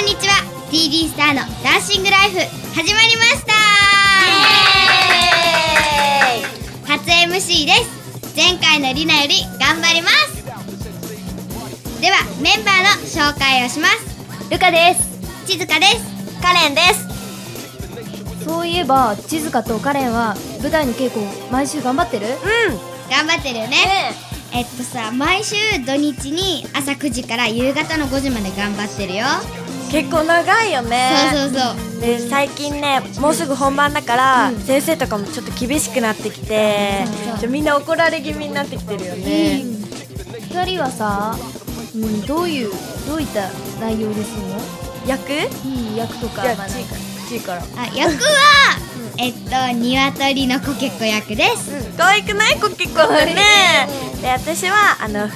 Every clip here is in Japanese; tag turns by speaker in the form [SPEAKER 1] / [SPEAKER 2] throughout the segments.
[SPEAKER 1] んにちは TD スターのダンシングライフ始まりました初 MC です前回のりなより頑張りますではメンバーの紹介をします
[SPEAKER 2] ルカです
[SPEAKER 1] 静香ですカレンです
[SPEAKER 2] そういえば千塚とカレンは舞台の稽古毎週頑張ってる
[SPEAKER 1] 頑張ってるよね、えっとさ毎週土日に朝9時から夕方の5時まで頑張ってるよ、
[SPEAKER 3] 結構長いよね
[SPEAKER 1] そうそうそう
[SPEAKER 3] で最近ねもうすぐ本番だから、先生とかもちょっと厳しくなってきてちょみんな怒られ気味になってきてるよね、
[SPEAKER 2] 二人はさ、うん、どういうどういった内容ですの
[SPEAKER 3] 役じ
[SPEAKER 2] いい役とか
[SPEAKER 3] ゃ
[SPEAKER 2] は
[SPEAKER 3] あ
[SPEAKER 2] ない
[SPEAKER 3] ちいからちいから
[SPEAKER 1] あ役は、えっと鶏の子結構役です、
[SPEAKER 3] 可愛くない子結構だねで私はあのえ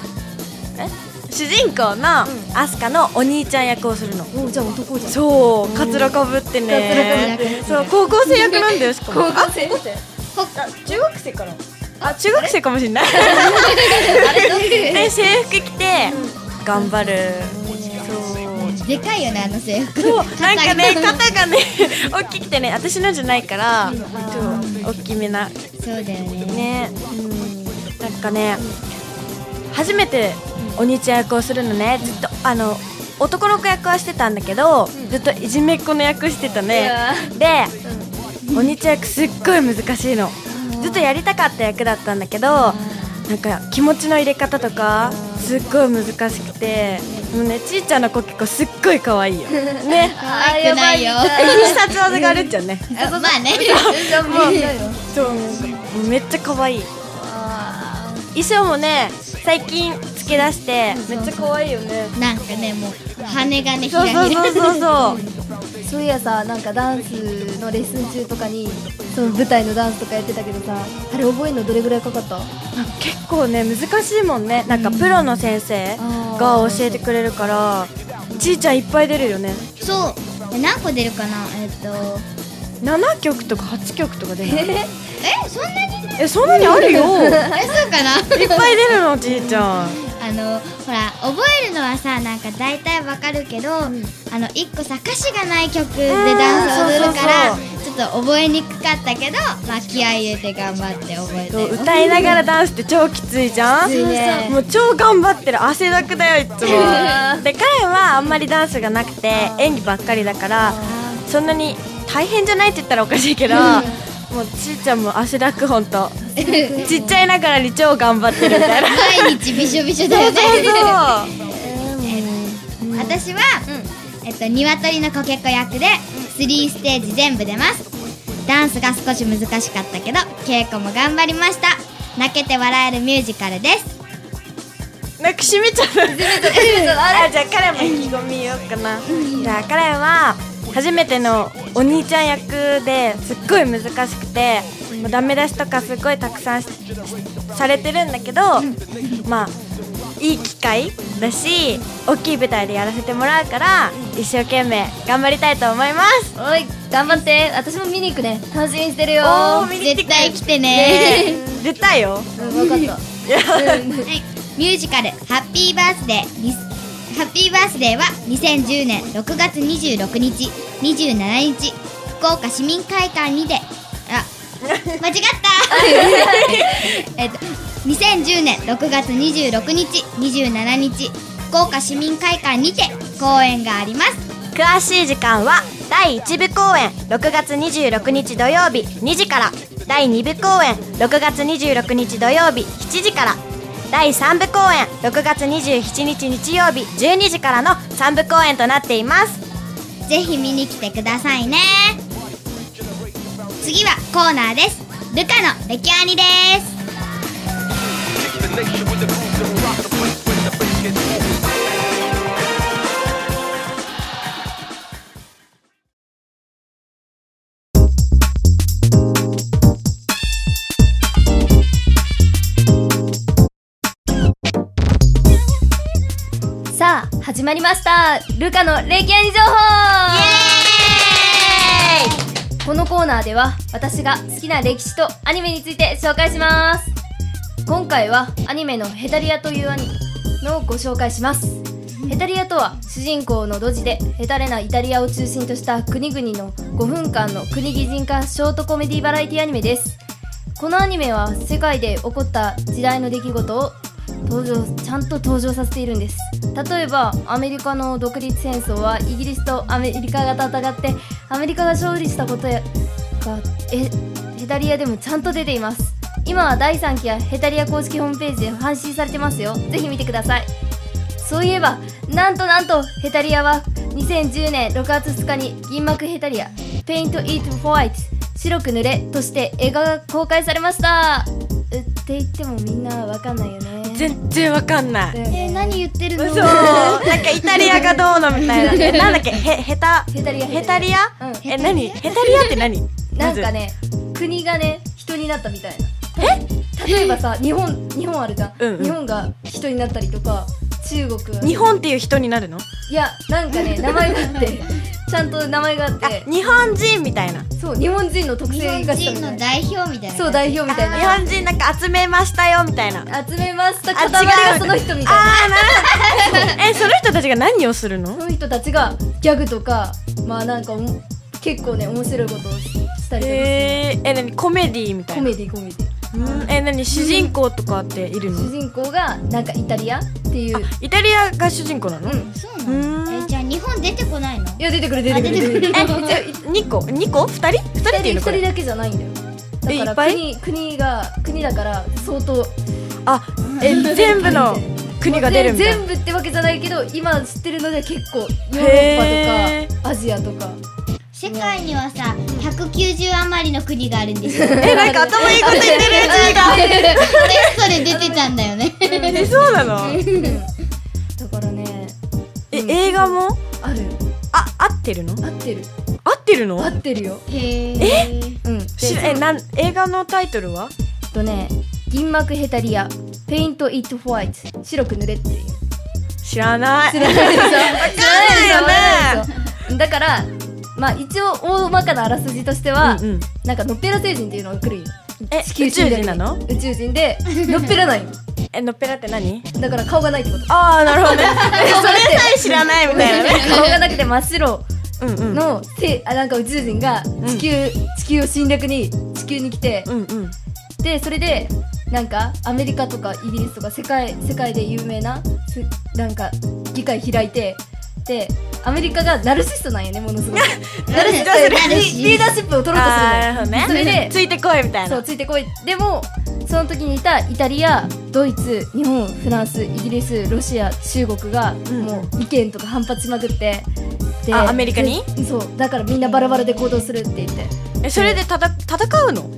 [SPEAKER 3] 主人公のアスカのお兄ちゃん役をするの
[SPEAKER 2] おじゃあ男じゃん
[SPEAKER 3] そうカツラかぶってね
[SPEAKER 1] かぶって
[SPEAKER 3] そう高校生役なんだよしかもあ
[SPEAKER 2] 生
[SPEAKER 1] ほ
[SPEAKER 3] 中学生からあ中学生かもしれないで制服着て頑張る
[SPEAKER 1] でかいよねあの制服
[SPEAKER 3] そうなんかね
[SPEAKER 1] 肩が
[SPEAKER 3] 肩がね大きくてね私のじゃないからそう大きめな
[SPEAKER 1] そうだよね
[SPEAKER 3] ねなんかね初めてお兄ちゃん役をするのねずっとあの男の子役はしてたんだけどずっといじめっ子の役してたねでお兄ちゃん役すっごい難しいのずっとやりたかった役だったんだけどなんか気持ちの入れ方とかすっごい難しくてもうねちいちゃんの子結構すっごい可愛いよね
[SPEAKER 1] 可愛くないよ
[SPEAKER 3] 必殺技があるっちゃね
[SPEAKER 1] あまあね
[SPEAKER 3] そうめっちゃ可愛い衣装もね最近つけ出してめっちゃ可愛いよね
[SPEAKER 1] なんかねもう羽がねひら
[SPEAKER 3] そうそう
[SPEAKER 1] ひ
[SPEAKER 3] そ
[SPEAKER 1] ら
[SPEAKER 3] うそうそう
[SPEAKER 2] そういやさなんかダンスのレッスン中とかにその舞台のダンスとかやってたけどさあれ覚えるのどれぐらいかかった
[SPEAKER 3] 結構ね難しいもんねなんかプロの先生が教えてくれるからちいちゃんいっぱい出るよね
[SPEAKER 1] そうえ何個出るかなえっと
[SPEAKER 3] 7曲とか8曲とか出る
[SPEAKER 1] えそんなに
[SPEAKER 3] えそんなにあるよい
[SPEAKER 1] え
[SPEAKER 3] っ
[SPEAKER 1] そうかな
[SPEAKER 3] ぱい出るのちいちゃん
[SPEAKER 1] あのほら覚えるのはさなんか大体わかるけど、あの一個さ歌詞がない曲でダンスを踊るから
[SPEAKER 3] うんそう
[SPEAKER 1] ちょっと覚えにくかったけど、まあ、気合い入れて頑張って覚えて
[SPEAKER 3] そう
[SPEAKER 1] る
[SPEAKER 3] 歌いながらダンスって超きついじゃん
[SPEAKER 2] きついね
[SPEAKER 3] もう超頑張ってる汗だくだよいつもで彼はあんまりダンスがなくて演技ばっかりだからそんなに大変じゃないって言ったらおかしいけどもうちいちゃんも汗だくほ んとちっちゃいながらに超頑張ってるみたいな
[SPEAKER 1] 毎日びしょびしょだよね
[SPEAKER 3] そう
[SPEAKER 1] 私は、えっと鶏のコケコ役で3ステージ全部出ますダンスが少し難しかったけど稽古も頑張りました泣けて笑えるミュージカルです
[SPEAKER 3] なんか閉めちゃった あじゃあ彼も意気込みようかなじゃあ彼は初めてのお兄ちゃん役ですっごい難しくてもうダメ出しとかすごいたくさんしされてるんだけどまあいい機会だし大きい舞台でやらせてもらうから一生懸命頑張りたいと思い ます
[SPEAKER 2] おい頑張って私も見に行くね楽しみにしてるよ
[SPEAKER 3] おー見に
[SPEAKER 1] 絶
[SPEAKER 3] 来てくれ
[SPEAKER 1] 対来てね
[SPEAKER 3] 出たよ
[SPEAKER 2] うん、分かった
[SPEAKER 1] はい、ミュージカル「ハッピーバースデー」にハッピーバースデーは2010年6月26日27日福岡市民会館にて あ間違った えっと2010年6月26日27日福岡市民会館にて公演があります
[SPEAKER 3] 詳しい時間は第1部公演6月26日土曜日2時から第2部公演6月26日土曜日7時から第3部公演6月27日日曜日12時からの3部公演となっています
[SPEAKER 1] ぜひ見に来てくださいね次はコーナーですルカのレキアニです
[SPEAKER 2] さあ始まりましたルカのレキアニ情報このコーナーでは私が好きな歴史とアニメについて紹介します今回はアニメのヘタリアというアニメのご紹介しますヘタリアとは主人公のドジでヘタレなイタリアを中心とした国々の5分間の国擬人化ショートコメディバラエティアニメですこのアニメは世界で起こった時代の出来事を登場ちゃんと登場させているんです例えばアメリカの独立戦争はイギリスとアメリカが戦ってアメリカが勝利したことやがえヘタリアでもちゃんと出ています今は第3期やヘタリア公式ホームページで配信されてますよぜひ見てくださいそういえばなんとなんとヘタリアは2010年6月2日に銀幕ヘタリア「Paint It White 白く塗れ」として映画が公開されましたうって言ってもみんなわかんないよね
[SPEAKER 3] 全然わかんない
[SPEAKER 2] で
[SPEAKER 1] えー、何言ってるの
[SPEAKER 3] そうなんかイタリアがどうのみたいな ねなんだっけへヘタ
[SPEAKER 2] ヘタリア
[SPEAKER 3] ヘタリア
[SPEAKER 2] うん
[SPEAKER 3] え何ヘタリアって何
[SPEAKER 2] なんか
[SPEAKER 3] まず
[SPEAKER 2] ね国がね人になったみたいなえ例えばさ日本日本あるじゃん、
[SPEAKER 3] うんうん
[SPEAKER 2] 日本が人になったりとか中国
[SPEAKER 3] 日本っていう人になるの
[SPEAKER 2] いやなんかね名前があってちゃんと名前があっ
[SPEAKER 3] あ
[SPEAKER 2] て
[SPEAKER 3] 日本人みたいな
[SPEAKER 2] そう日本人の特
[SPEAKER 1] 日
[SPEAKER 2] 性
[SPEAKER 1] 本
[SPEAKER 2] 生かした
[SPEAKER 1] 人
[SPEAKER 2] みた
[SPEAKER 1] の
[SPEAKER 2] いな
[SPEAKER 1] 代表みたいな
[SPEAKER 2] そう代表みたい
[SPEAKER 3] 日
[SPEAKER 2] な
[SPEAKER 3] 本人なんか集めましたよみたいな
[SPEAKER 2] 集めました
[SPEAKER 3] あ違う
[SPEAKER 2] 塊がその人みたいな
[SPEAKER 3] えその人たちが何をするの
[SPEAKER 2] その人たちがギャグとかまあなんかおも結構ね面白いことをしたりとか、
[SPEAKER 3] えー、え何コメディみた
[SPEAKER 2] コ
[SPEAKER 3] いな
[SPEAKER 2] メディコメディ
[SPEAKER 3] うんえ何主人公とかっている
[SPEAKER 2] 主
[SPEAKER 3] の
[SPEAKER 2] 人公がなんかイタリアっていう
[SPEAKER 3] イタリアが主人公なの、
[SPEAKER 2] うん
[SPEAKER 1] そうなの
[SPEAKER 3] うん
[SPEAKER 1] えじゃあ日本出てこないの
[SPEAKER 2] いや出てくる出てくる
[SPEAKER 1] あ出てくる
[SPEAKER 3] え、じゃ2個 ?2 個 ?2 人 ?2 人
[SPEAKER 2] 二
[SPEAKER 3] でい
[SPEAKER 2] 人
[SPEAKER 3] いのこ
[SPEAKER 2] 人
[SPEAKER 3] れ
[SPEAKER 2] だけじゃないんだよ
[SPEAKER 3] えい
[SPEAKER 2] だ
[SPEAKER 3] っ
[SPEAKER 2] か
[SPEAKER 3] ぱ
[SPEAKER 2] ら
[SPEAKER 3] い
[SPEAKER 2] 国国が国だから相当
[SPEAKER 3] あ、え、全部の国が出るみたいな
[SPEAKER 2] 全部ってわけじゃないけど今知ってるので結構ヨーロッ
[SPEAKER 3] へ
[SPEAKER 2] パとかアジアとか
[SPEAKER 1] 世界にはさ190余りの国があるんですよ
[SPEAKER 3] え、なんか頭いいこと言ってるう
[SPEAKER 1] テストで出てたんだよね
[SPEAKER 3] ちがえ、そうなのえ、
[SPEAKER 2] だからねうん
[SPEAKER 3] 映画も
[SPEAKER 2] ある
[SPEAKER 3] あ、合ってるの
[SPEAKER 2] 合ってる
[SPEAKER 3] 合ってるの
[SPEAKER 2] 合ってるよ
[SPEAKER 1] へえ
[SPEAKER 2] うんで
[SPEAKER 3] しえ、なん、映画のタイトルは
[SPEAKER 2] えっとね銀幕ヘタリアペイントイットホワイト白く塗れっていう
[SPEAKER 3] 知らない
[SPEAKER 2] 知らないでしょ
[SPEAKER 3] よ
[SPEAKER 2] 知
[SPEAKER 3] ね
[SPEAKER 2] らないでしょだからまあ一応大まかなあらすじとしては、
[SPEAKER 3] うんうん
[SPEAKER 2] なんかのっぺら星人っていうのが来るよ
[SPEAKER 3] え、宇宙人なの
[SPEAKER 2] 宇宙人でのっぺらないの
[SPEAKER 3] え、のっぺらって何
[SPEAKER 2] だから顔がないってこと
[SPEAKER 3] あー、なるほどねえ、 それさえ知らないみたいなね
[SPEAKER 2] 顔がなくて真っ白
[SPEAKER 3] うんうん
[SPEAKER 2] のせ、あなんか宇宙人が地球、地球を侵略に地球に来て、
[SPEAKER 3] うんうん
[SPEAKER 2] でそれでなんかアメリカとかイギリスとか世界世界で有名なすなんか議会開いてでアメリカがナルシストなんよねものすごくナルシスト
[SPEAKER 1] ナルシスト
[SPEAKER 2] リリーダーシップを取ろうとするの
[SPEAKER 3] あー
[SPEAKER 2] よ
[SPEAKER 3] なるほどね
[SPEAKER 2] それで
[SPEAKER 3] ついてこいみたい
[SPEAKER 2] そう
[SPEAKER 3] な
[SPEAKER 2] ついてこいでもその時にいたイタリアドイツ日本フランスイギリスロシア中国が
[SPEAKER 3] ん
[SPEAKER 2] もう意見とか反発しまくって、で
[SPEAKER 3] あアメリカに
[SPEAKER 2] でそうだからみんなバラバラで行動するって言って
[SPEAKER 3] えそれでたた戦うの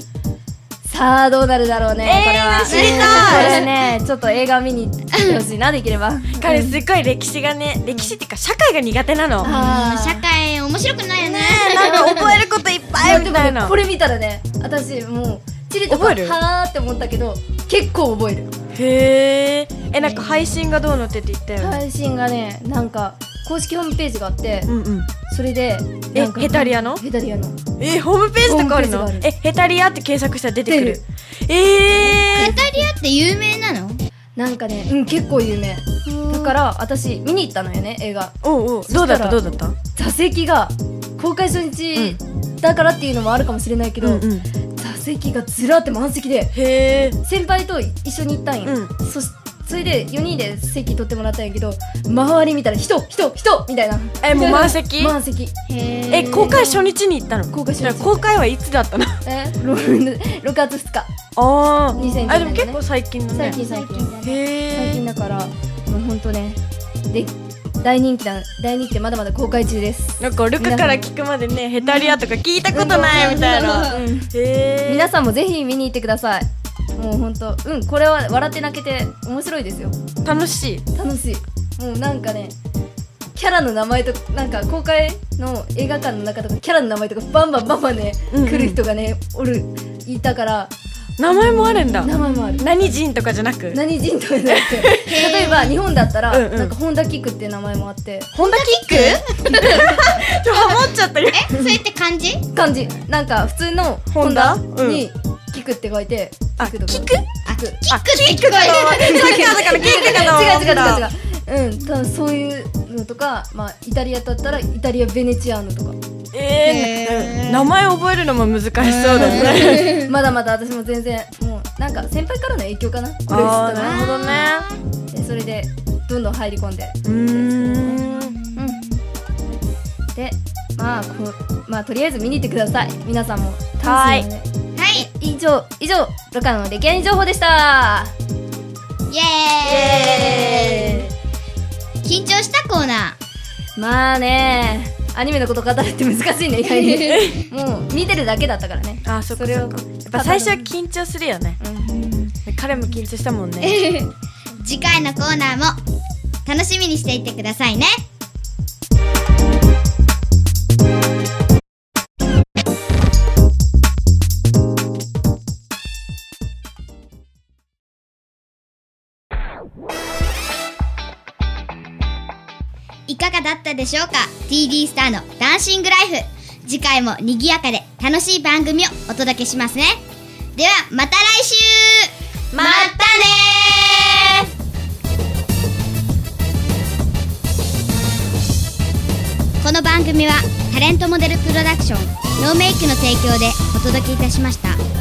[SPEAKER 2] さあどうなるだろうね、
[SPEAKER 3] えー
[SPEAKER 2] これは
[SPEAKER 3] 知りた
[SPEAKER 2] こ
[SPEAKER 3] い
[SPEAKER 2] れねちょっと映画見に行ってほしいなできれ ば
[SPEAKER 3] 彼すっごい歴史がね歴史っていうか社会が苦手なのね
[SPEAKER 2] あ
[SPEAKER 1] 社会面白くないよね
[SPEAKER 3] えなんか覚えることいっぱいみたい な
[SPEAKER 2] これ見たらね私もうチリとか
[SPEAKER 3] 覚える
[SPEAKER 2] はーって思ったけど結構覚える
[SPEAKER 3] へええなんか配信がどうのってって言ったよね
[SPEAKER 2] 配信がねなんか公式ホームページがあって、
[SPEAKER 3] うんうん
[SPEAKER 2] それで
[SPEAKER 3] え
[SPEAKER 2] なんか
[SPEAKER 3] ヘタリアの
[SPEAKER 2] ヘタリアの
[SPEAKER 3] えホームページとかある
[SPEAKER 2] ホ
[SPEAKER 3] の
[SPEAKER 2] ームページが
[SPEAKER 3] えヘタリアって検索したら出てく
[SPEAKER 2] 出
[SPEAKER 3] る
[SPEAKER 2] る
[SPEAKER 1] イ
[SPEAKER 3] え
[SPEAKER 1] タリアって有名なの
[SPEAKER 2] なんかねうん結構有名だから私見に行ったのよね映画
[SPEAKER 3] ーおうおう
[SPEAKER 2] した
[SPEAKER 3] どうだ
[SPEAKER 2] ら
[SPEAKER 3] ったどうだった
[SPEAKER 2] 座席が公開初日だからっていうのもあるかもしれないけど、
[SPEAKER 3] うんうん
[SPEAKER 2] 座席がずらって満席で
[SPEAKER 3] へえ
[SPEAKER 2] 先輩と一緒に行ったんよ、
[SPEAKER 3] う
[SPEAKER 2] そしそれで4人で席取ってもらったんやけど周り見たら人人人みたいな
[SPEAKER 3] えもう満席
[SPEAKER 2] 満席
[SPEAKER 1] へ
[SPEAKER 3] え公開初日に行ったの
[SPEAKER 2] 公開初日
[SPEAKER 3] 公開はいつ だったの
[SPEAKER 2] え6月2日
[SPEAKER 3] あー
[SPEAKER 2] 2010
[SPEAKER 3] あで
[SPEAKER 2] 年だ
[SPEAKER 3] も
[SPEAKER 2] ね
[SPEAKER 3] 結構最近のね
[SPEAKER 2] 最近最近最
[SPEAKER 3] へ
[SPEAKER 2] 近
[SPEAKER 3] え
[SPEAKER 2] だからもうほんとねで大人気だ大人気でまだまだ公開中です
[SPEAKER 3] なんかルカから聞くまでねヘタリアとか聞いたことないみたいな
[SPEAKER 2] うん
[SPEAKER 3] へえ
[SPEAKER 2] 皆さんもぜひ見に行ってくださいもうほんとうんこれは笑って泣けて面白いですよ
[SPEAKER 3] 楽しい
[SPEAKER 2] 楽しいもうなんかねキャラの名前となんか公開の映画館の中とかキャラの名前とかバンバンバンバンね、
[SPEAKER 3] うんうん
[SPEAKER 2] 来る人がねおるいたから
[SPEAKER 3] 名前もあるんだ
[SPEAKER 2] 名前もある
[SPEAKER 3] 何人とかじゃなく
[SPEAKER 2] 何人とかじゃなくて例えば日本だったら、
[SPEAKER 3] うんうん
[SPEAKER 2] なんか本田キックっていう名前もあって
[SPEAKER 3] ホンダキックちょハモっちゃってる
[SPEAKER 1] えそれって漢字
[SPEAKER 2] 漢字なんか普通の
[SPEAKER 3] ホ
[SPEAKER 2] 本
[SPEAKER 3] ンダ
[SPEAKER 2] 田にキックって書いて
[SPEAKER 3] あ
[SPEAKER 2] キックとか
[SPEAKER 3] キック
[SPEAKER 1] あキック
[SPEAKER 3] あ
[SPEAKER 1] って聞こえる
[SPEAKER 3] だからだからキックかと思った
[SPEAKER 2] 違う違う違う違ううんただそういうのとか、まあ、イタリアだったらイタリア・ベネチアーノとか
[SPEAKER 3] え
[SPEAKER 1] へー
[SPEAKER 3] ー、名前覚えるのも難しそうだね。
[SPEAKER 2] まだまだ私も全然もうなんか先輩からの影響かなプロレス
[SPEAKER 3] あー
[SPEAKER 2] と
[SPEAKER 3] なるほどね。
[SPEAKER 2] かでそれでどんどん入り込んで
[SPEAKER 3] うーん。
[SPEAKER 2] うんでまあこうまあとりあえず見に行ってください皆さんも楽し
[SPEAKER 3] はい
[SPEAKER 2] みなので
[SPEAKER 1] はい
[SPEAKER 2] 以上以上ロカの歴史情報でした
[SPEAKER 1] イエーイ緊張したコーナ
[SPEAKER 2] まあねアニメのこと語るって難しいね意外 にもう見てるだけだったからね
[SPEAKER 3] あ、そっか
[SPEAKER 2] それを
[SPEAKER 3] そっか。やっぱ最初は緊張するよね。彼も緊張したもんね。
[SPEAKER 1] ー次回のコーナーも楽しみにしていてくださいねいかがだったでしょうか TD スターのダンシングライフ次回も賑やかで楽しい番組をお届けしますねではまた来週またねーこの番組はタレントモデルプロダクションノーメイクの提供でお届けいたしました。